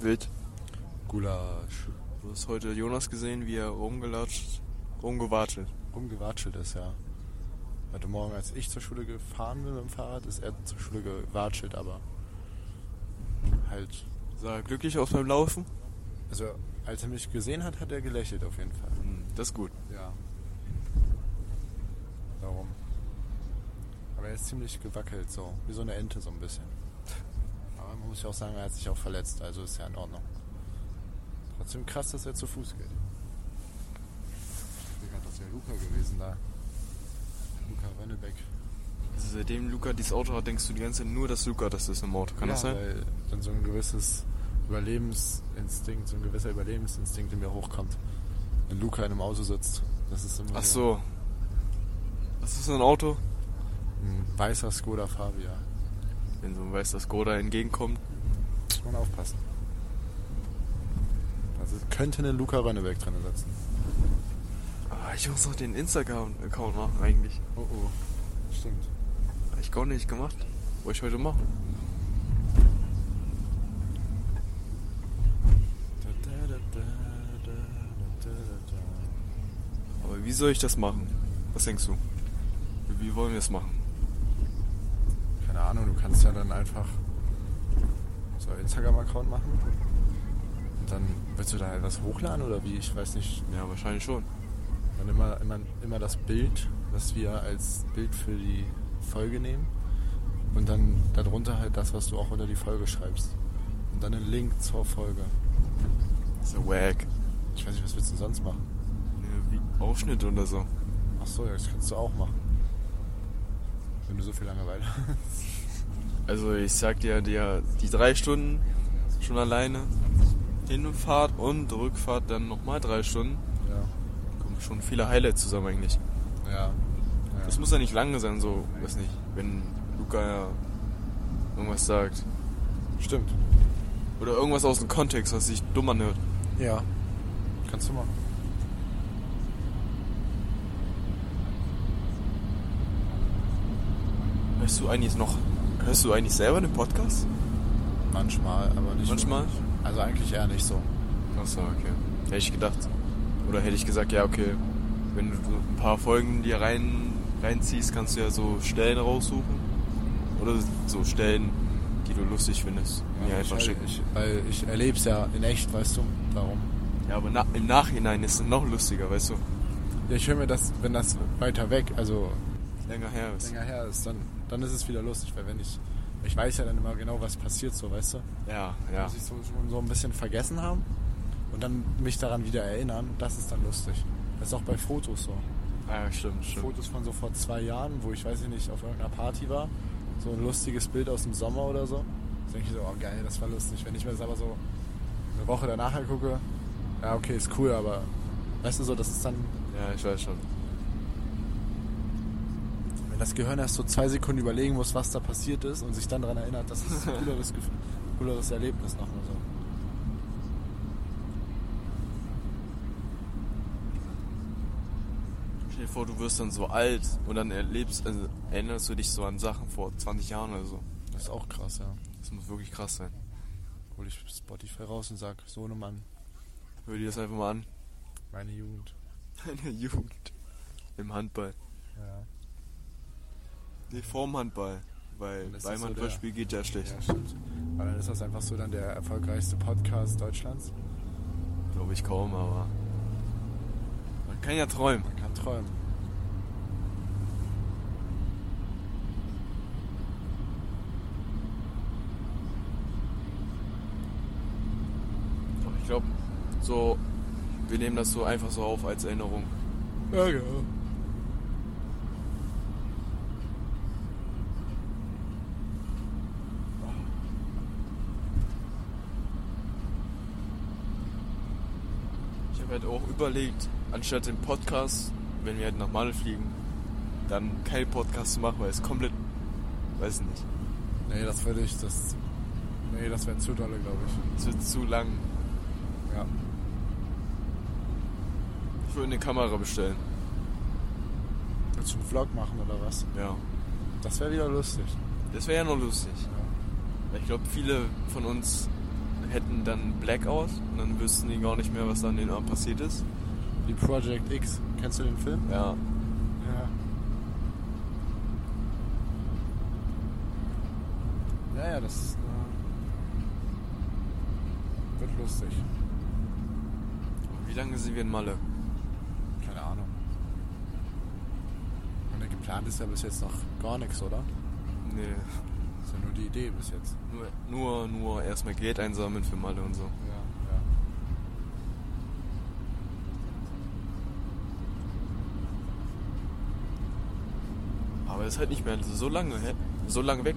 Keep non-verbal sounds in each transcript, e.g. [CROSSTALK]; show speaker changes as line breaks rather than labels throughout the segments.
Wild.
Gulasch.
Du hast heute Jonas gesehen, wie er rumgelatscht, rumgewatschelt.
Rumgewatschelt ist, ja. Heute Morgen, als ich zur Schule gefahren bin mit dem Fahrrad, ist er zur Schule gewatschelt, aber halt.
Sah er glücklich aus beim Laufen?
Also, als er mich gesehen hat, hat er gelächelt auf jeden Fall.
Hm, Das ist gut.
Ja. Darum. Aber er ist ziemlich gewackelt, so. Wie so eine Ente, so ein bisschen. Aber man muss ja auch sagen, er hat sich auch verletzt, also ist ja in Ordnung. Trotzdem krass, dass er zu Fuß geht. Wie hat das ja Luca gewesen da. Luca Rennebeck.
Also seitdem Luca dieses Auto hat, denkst du die ganze Zeit nur, dass Luca das ist im Auto. Kann
ja,
das sein?
Weil dann so ein gewisses Überlebensinstinkt, so ein gewisser Überlebensinstinkt in mir hochkommt. Wenn Luca in einem Auto sitzt, das ist immer
Ach
so
so. Was ist ein Auto?
ein weißer Skoda Fabia.
Wenn so ein weißer Skoda entgegenkommt.
Muss man aufpassen. Also es könnte eine Luca Rönneberg drin sitzen.
Ah, ich muss noch den Instagram-Account machen eigentlich.
Oh oh. Stimmt.
Hab ich gar nicht gemacht. Wollte ich heute machen. Aber wie soll ich das machen? Was denkst du? Wie wollen wir es machen?
Keine Ahnung, du kannst ja dann einfach so einen Instagram-Account machen. Und dann willst du da halt was hochladen oder wie? Ich weiß nicht.
Ja, wahrscheinlich schon.
Dann immer, immer, immer das Bild, was wir als Bild für die Folge nehmen. Und dann darunter halt das, was du auch unter die Folge schreibst. Und dann einen Link zur Folge.
So wack.
Ich weiß nicht, was willst du sonst machen?
Ja, wie Aufschnitt oder so.
Ach so, ja, das kannst du auch machen. Wenn du so viel Langeweile hast.
[LAUGHS] Also ich sag dir, dir die drei Stunden schon alleine. Hinfahrt und Rückfahrt dann nochmal drei Stunden.
Ja.
Kommen schon viele Highlights zusammen eigentlich.
Ja.
Das muss ja nicht lange sein, so, weiß nicht, wenn Luca irgendwas sagt.
Stimmt.
Oder irgendwas aus dem Kontext, was sich dumm anhört.
Ja. Kannst du machen.
Hörst du eigentlich noch, hörst du eigentlich selber den Podcast?
Manchmal, aber nicht.
Manchmal?
wirklich. Also eigentlich eher nicht so.
Achso, okay. Hätte ich gedacht. Oder hätte ich gesagt, ja, okay, wenn du so ein paar Folgen dir rein, reinziehst, kannst du ja so Stellen raussuchen. Oder so Stellen, die du lustig findest. Ja, mir
ich,
einfach
halt-
schicken.
ich, weil ich erlebe es ja in echt, weißt du, darum.
Ja, aber na, im Nachhinein ist es noch lustiger, weißt du.
Ja, ich höre mir das, wenn das weiter weg, also
Länger her ist.
länger her ist, dann, dann ist es wieder lustig, weil wenn ich, ich weiß ja dann immer genau, was passiert so, weißt du.
Ja, ja.
muss ich so, schon so ein bisschen vergessen haben und dann mich daran wieder erinnern, das ist dann lustig. Das ist auch bei Fotos so.
Ah, Ja, stimmt, stimmt.
Fotos von so vor zwei Jahren, wo ich weiß ich nicht, auf irgendeiner Party war, so ein lustiges Bild aus dem Sommer oder so. Da denke ich so, oh geil, das war lustig. Wenn ich mir das aber so eine Woche danach angucke, ja okay, ist cool, aber weißt du so, das ist dann,
Ja, ich weiß schon.
wenn das Gehirn erst so zwei Sekunden überlegen muss, was da passiert ist und sich dann daran erinnert, das ist ein cooleres, Gefühl, cooleres Erlebnis nochmal so.
Stell dir vor, du wirst dann so alt und dann erlebst, also erinnerst du dich so an Sachen vor 20 Jahren oder so.
Das ist auch krass, ja.
Das muss wirklich krass sein.
Hol ich Spotify raus und sag, so ne Mann,
Hör dir das einfach mal an. [LAUGHS]
meine Jugend.
Deine Jugend. Im Handball.
Ja.
Nee, vorm Handball. Weil
Dann ist
beim
das so
Handballspiel geht ja schlecht.
Ja, stimmt. Aber dann ist das einfach so dann der erfolgreichste Podcast Deutschlands.
Glaube ich kaum, aber. Man kann ja träumen.
Man kann träumen.
Aber ich glaube, so. Wir nehmen das so einfach so auf als Erinnerung.
Ja, ja.
Ich habe halt auch überlegt, anstatt den Podcast, wenn wir halt nach Malle fliegen, dann keinen Podcast zu machen, weil es komplett. Weiß nicht.
Nee, das würde ich, das. Nee, das wäre zu dolle, glaube ich.
Es wird zu lang.
Ja.
Ich würde eine Kamera bestellen.
Willst du einen Vlog machen oder was?
Ja.
Das wäre wieder lustig.
Das wäre ja noch lustig.
Ja.
Ich glaube, viele von uns hätten dann Blackout und dann wüssten die gar nicht mehr, was an den Abend passiert ist.
Wie Project X. Kennst du den Film?
Ja.
Ja. Ja, ja, das äh, wird lustig.
Wie lange sind wir in Malle?
Keine Ahnung. Und geplant ist ja bis jetzt noch gar nichts, oder?
Nee.
Ist ja nur die Idee bis jetzt.
Nur, nur, nur erstmal Geld einsammeln für Malle und so.
Ja, ja.
Aber ist halt nicht mehr so lange, hä? So lange weg?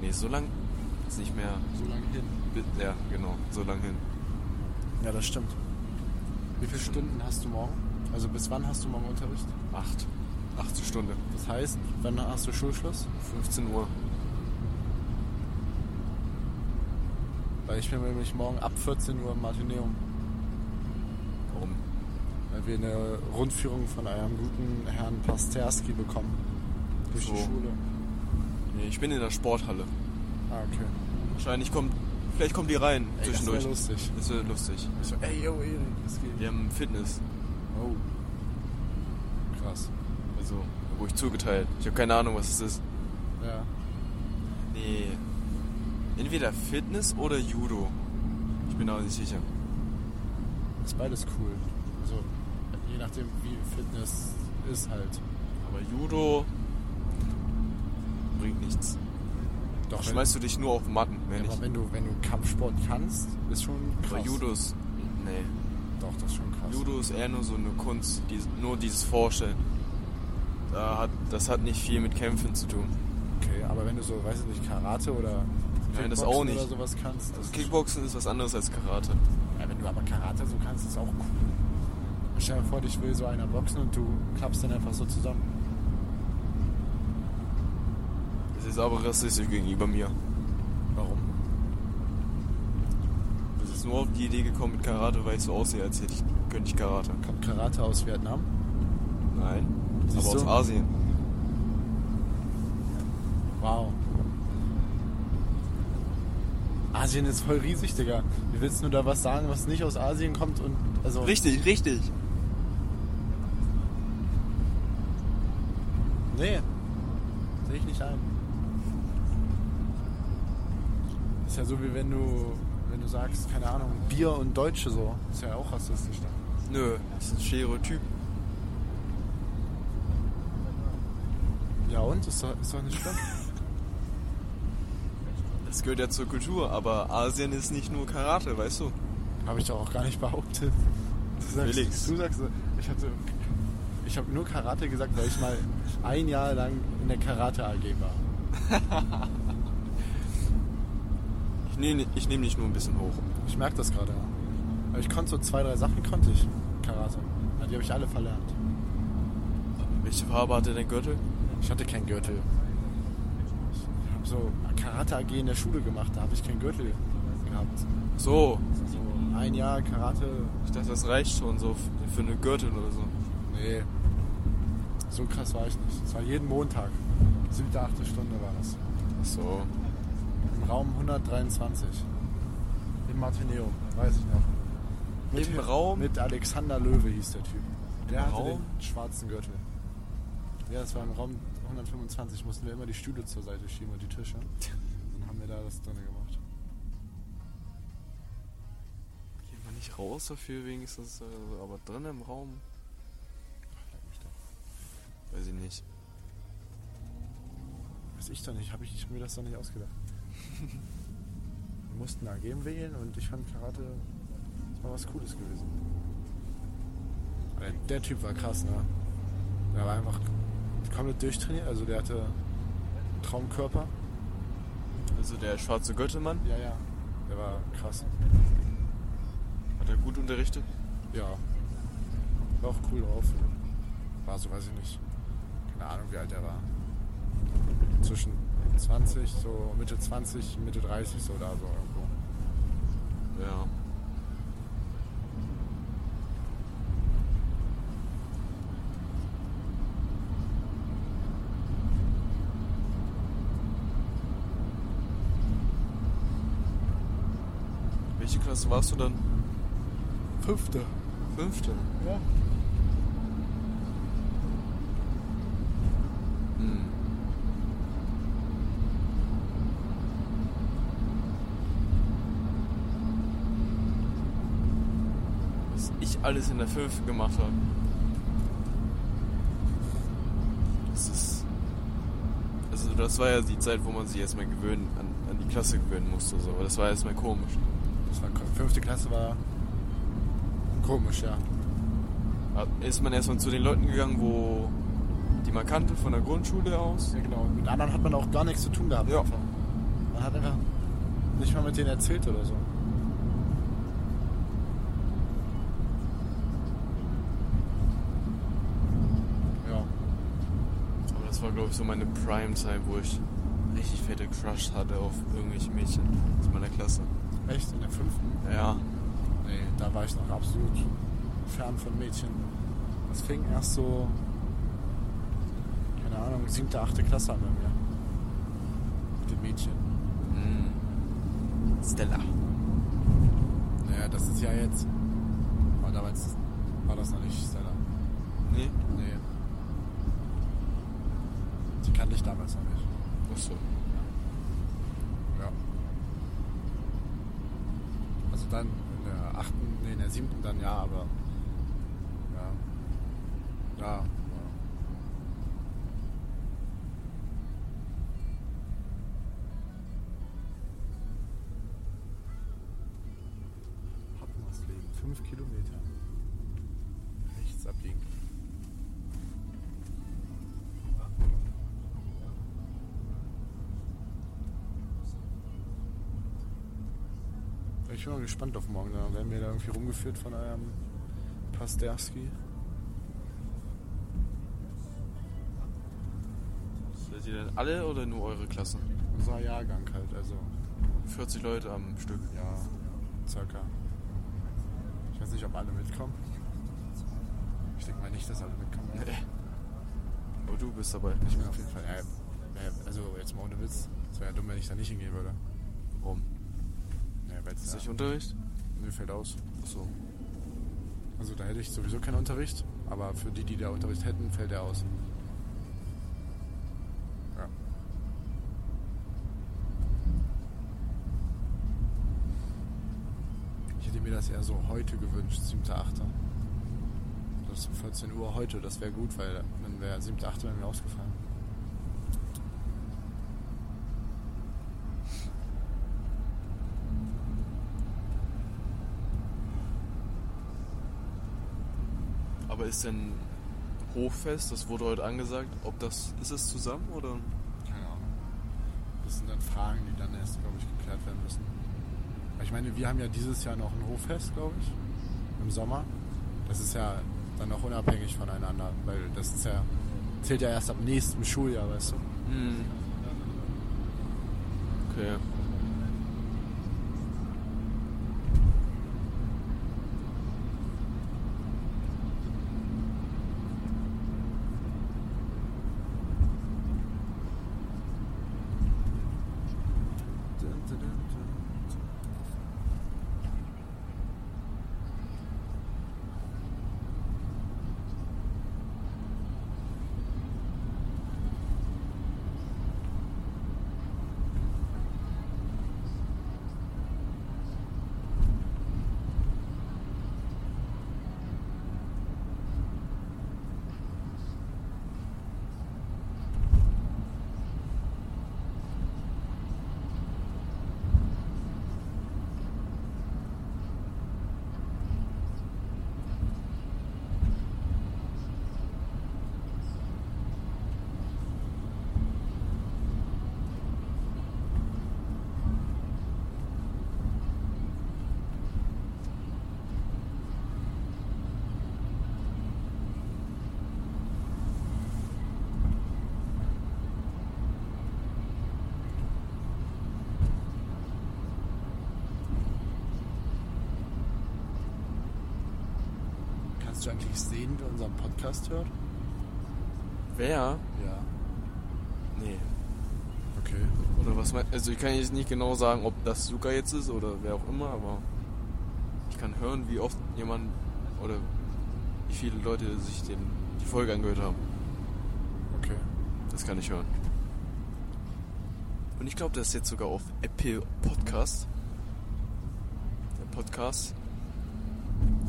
Nee, so lang ist nicht mehr.
So lange hin.
Ja, genau, so lang hin.
Ja, das stimmt. Wie viele Stunden hast du morgen? Also bis wann hast du morgen Unterricht?
Acht. Achte Stunde.
Das heißt, wann hast du Schulschluss?
15 Uhr.
Weil ich bin nämlich morgen ab 14 Uhr im Martineum,
Warum?
weil wir eine Rundführung von einem guten Herrn Pasterski bekommen. Durch die
So.
Schule.
Nee, ich bin in der Sporthalle.
Ah, okay.
Wahrscheinlich kommt. Vielleicht kommt die rein
Ey,
zwischendurch.
Das wäre lustig.
Das wird lustig.
Ich so, ey, yo, Erik, das geht.
Wir haben Fitness.
Oh. Krass.
Also, ruhig zugeteilt. Ich habe keine Ahnung, was es ist.
Ja.
Nee. Entweder Fitness oder Judo. Ich bin auch nicht sicher.
Ist beides cool. Also, je nachdem, wie Fitness ist halt.
Aber Judo bringt nichts.
Doch,
Schmeißt du dich nur auf Matten,
wenn,
wenn
ja, aber
nicht.
wenn du, wenn du Kampfsport kannst, ist schon krass.
Aber Judo ist. Nee.
Doch, das ist schon krass.
Judo ist eher nur so eine Kunst, die, nur dieses Vorstellen. Da hat, das hat nicht viel mit Kämpfen zu tun.
Okay, aber wenn du so, weiß ich nicht, Karate oder
Nein, das
Kickboxen
auch nicht.
oder sowas kannst, das
Das
ist
Kickboxen ist was anderes als Karate.
Ja, wenn du aber Karate so kannst, ist auch cool. Stell dir vor, dich will so einer boxen und du klappst dann einfach so zusammen.
Das ist aber rassistisch gegenüber mir.
Warum?
Das ist nur auf die Idee gekommen mit Karate, weil ich so aussehe, als hätte ich, könnte ich Karate.
Kommt Karate aus Vietnam?
Nein.
Siehst
aber aus
du?
Asien.
Wow. Asien ist voll riesig, Digga. Wie willst du da was sagen, was nicht aus Asien kommt und also.
Oh. Richtig, richtig.
Nee. Sehe ich nicht ein. Ist ja so wie wenn du wenn du sagst, keine Ahnung, Bier und Deutsche so. Ist ja auch rassistisch dann.
Nö, das ist ein Stereotyp.
Ja und? Ist doch, ist doch nicht [LAUGHS] schlimm.
Das gehört ja zur Kultur, aber Asien ist nicht nur Karate, weißt du?
Habe ich doch auch gar nicht behauptet. Du sagst,
Felix.
Du sagst, so, ich hatte, ich habe nur Karate gesagt, weil ich mal ein Jahr lang in der Karate AG war.
[LAUGHS] Ich nehme ich nehm dich nur ein bisschen hoch.
Ich merke das gerade. Aber ich konnte so zwei, drei Sachen konnte ich Karate. Ja, die habe ich alle verlernt.
Welche Farbe hatte dein Gürtel?
Ich hatte keinen Gürtel. Ich habe so Karate AG in der Schule gemacht, da habe ich keinen Gürtel gehabt.
So,
So ein Jahr Karate.
ich dachte, das reicht schon so für eine Gürtel oder so.
Nee. So krass war ich nicht. Es war jeden Montag. Siebte, achte Stunde war das.
Ach so.
Im Raum 123. Im Martineum, weiß ich noch.
Im Raum?
Mit Alexander Löwe hieß der Typ. Der hatte
Raum?
den schwarzen Gürtel. Ja, das war im Raum 125. Mussten wir immer die Stühle zur Seite schieben und die Tische. Dann haben wir da das drin gemacht.
Geht man nicht raus dafür wenigstens, äh, aber drin im Raum? Weiß ich nicht.
Weiß ich doch nicht, habe ich, ich hab mir das doch nicht ausgedacht. wir mussten AG wählen und ich fand Karate das war was Cooles gewesen. Ey, Der Typ war krass, ne? Der war einfach komplett durchtrainiert, also der hatte Traumkörper.
Also der schwarze Göttemann
Ja, ja. Der war krass.
hat er gut unterrichtet.
Ja. War auch cool drauf. War so, weiß ich nicht. Keine Ahnung, wie alt er war. Zwischen 20, so Mitte 20, Mitte 30, so da so irgendwo.
Ja. Welche Klasse warst du dann?
Fünfte.
Fünfte.
Ja.
Hm. Was ich alles in der Fünften gemacht habe. Das ist. Also das war ja die Zeit, wo man sich erstmal gewöhnen, an, an die Klasse gewöhnen musste. So. Aber das war erstmal komisch.
Das war fünfte Klasse war komisch, ja.
Ist man erstmal zu den Leuten gegangen, wo die man kannte von der Grundschule aus.
Ja, genau. Mit anderen hat man auch gar nichts zu tun gehabt.
Ja.
einfach. Man hat einfach nicht mal mit denen erzählt oder so. Ja.
Aber das war, glaube ich, so meine Prime-Time, wo ich richtig fette Crush hatte auf irgendwelche Mädchen aus meiner Klasse.
Echt? In der fünften?
Ja,
Nee, da war ich noch absolut fern von Mädchen. Das fing erst so, keine Ahnung, siebte, achte Klasse an bei mir. Mit den Mädchen.
mm. Stella.
Naja, das ist ja jetzt. Weil damals war das noch nicht Stella.
Nee?
Nee. Die kannte ich damals noch nicht.
Achso.
Ja. Also dann in der achten, nee, in der siebten dann ja, aber. Ja. Ja. ja. Hoppenhausleben, fünf Kilometer. Rechts abbiegen. Ich bin mal gespannt auf morgen. Da werden wir da irgendwie rumgeführt von einem Pasterski.
Seid ihr denn alle oder nur eure Klasse?
Unser Jahrgang halt, also
40 Leute am Stück.
ja, circa. Ich weiß nicht, ob alle mitkommen. Ich denke mal nicht, dass alle mitkommen.
Aber du bist dabei.
Ich bin auf jeden Fall. Ja, ja, also jetzt mal ohne Witz. Es wäre ja dumm, wenn ich da nicht hingehen würde.
Warum?
Ja, weil
Ist
es
nicht
ja,
Unterricht?
mir fällt aus.
Achso.
Also da hätte ich sowieso keinen Unterricht, aber für die, die da Unterricht hätten, fällt er aus. Ja. Ich hätte mir das eher so heute gewünscht, 7.8. Das ist um 14 Uhr heute, das wäre gut, weil dann wäre 7.8. wäre mir ausgefallen.
Aber ist denn Hochfest, das wurde heute angesagt, ob das, ist es zusammen oder?
Keine Ahnung. Das sind dann Fragen, die dann erst, glaube ich, geklärt werden müssen. Aber ich meine, wir haben ja dieses Jahr noch ein Hoffest, glaube ich, im Sommer. Das ist ja dann noch unabhängig voneinander, weil das ist ja, zählt ja erst ab nächstem Schuljahr, weißt du.
Hm. Okay.
Kannst du eigentlich sehen, wer unseren Podcast hört?
Wer?
Ja.
Nee.
Okay.
Oder was meinst Also ich kann jetzt nicht genau sagen, ob das Suka jetzt ist oder wer auch immer, aber ich kann hören, wie oft jemand oder wie viele Leute sich den, die Folge angehört haben.
Okay.
Das kann ich hören. Und ich glaube, das ist jetzt sogar auf Apple Podcast. Der Podcast.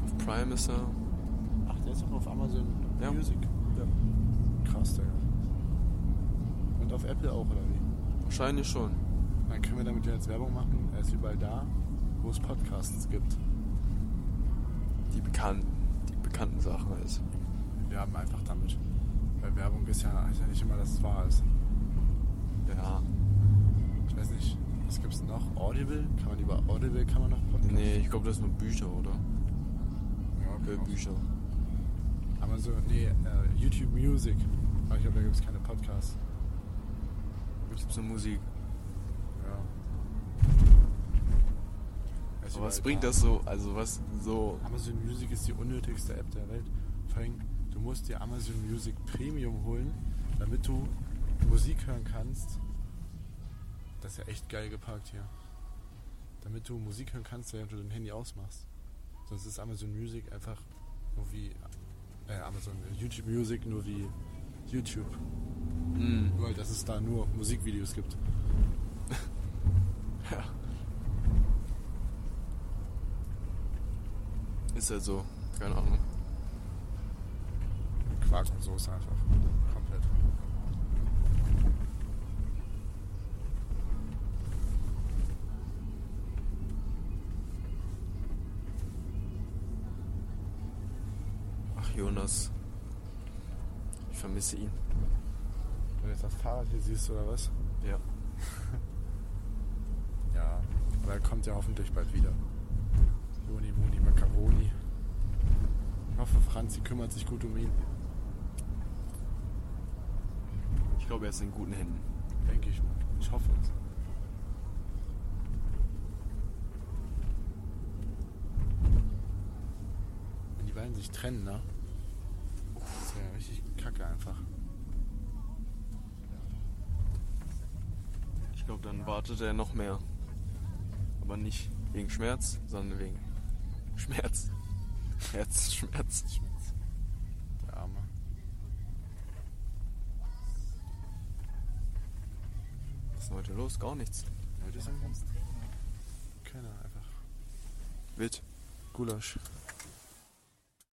Auf Prime ist er.
Ach, der ist auch auf Amazon
Ja.
Music. Ja. Krass, Digga. Und auf Apple auch, oder wie?
Wahrscheinlich schon.
Dann können wir damit ja jetzt Werbung machen. Er ist überall da, wo es Podcasts gibt.
Die bekannten, die bekannten Sachen halt.
Wir haben einfach damit. Weil Werbung ist ja, ist ja nicht immer, dass es wahr ist.
Ja.
Ich weiß nicht, was gibt's denn noch? Audible? Kann man über Audible kann man noch Podcasts?
Nee, Äh, ich glaube, das sind nur Bücher, oder?
Ja, okay.
Hörbücher.
Aber so, nee, äh, YouTube Music. Aber ich glaube, da gibt's keine Podcasts.
Gibt's nur Musik.
Ja. Ist
Aber was
überall
bringt
da.
das so? Also was so.
Amazon Music ist die unnötigste App der Welt. Vor allem, du musst dir Amazon Music Premium holen, damit du Musik hören kannst. Das ist ja echt geil geparkt hier. Damit du Musik hören kannst, während du dein Handy ausmachst. Sonst ist Amazon Music einfach nur wie äh, Amazon äh, YouTube Music nur wie YouTube.
Mh.
Nur halt, dass es da nur Musikvideos gibt.
Ja. Ist halt so. Keine Ahnung.
Quark und Soße einfach. Komplett.
Ach, Jonas. Ich vermisse ihn.
Wenn du jetzt das Fahrrad hier siehst oder was?
Ja.
[LAUGHS] Ja, aber er kommt ja hoffentlich bald wieder. Joni, Moni, Macaroni. Ich hoffe, Franzi kümmert sich gut um ihn.
Ich glaube, er ist in guten Händen.
Denke ich mal. Ich hoffe es. Wenn die beiden sich trennen, ne? Das ist ja richtig kacke einfach.
Ich glaube, dann wartet er noch mehr. Aber nicht wegen Schmerz, sondern wegen Schmerz. Schmerz, Schmerz.
Der Arme.
Was ist denn heute los? Gar nichts.
Heute ist er ganz. Keiner einfach.
Wild.
Gulasch.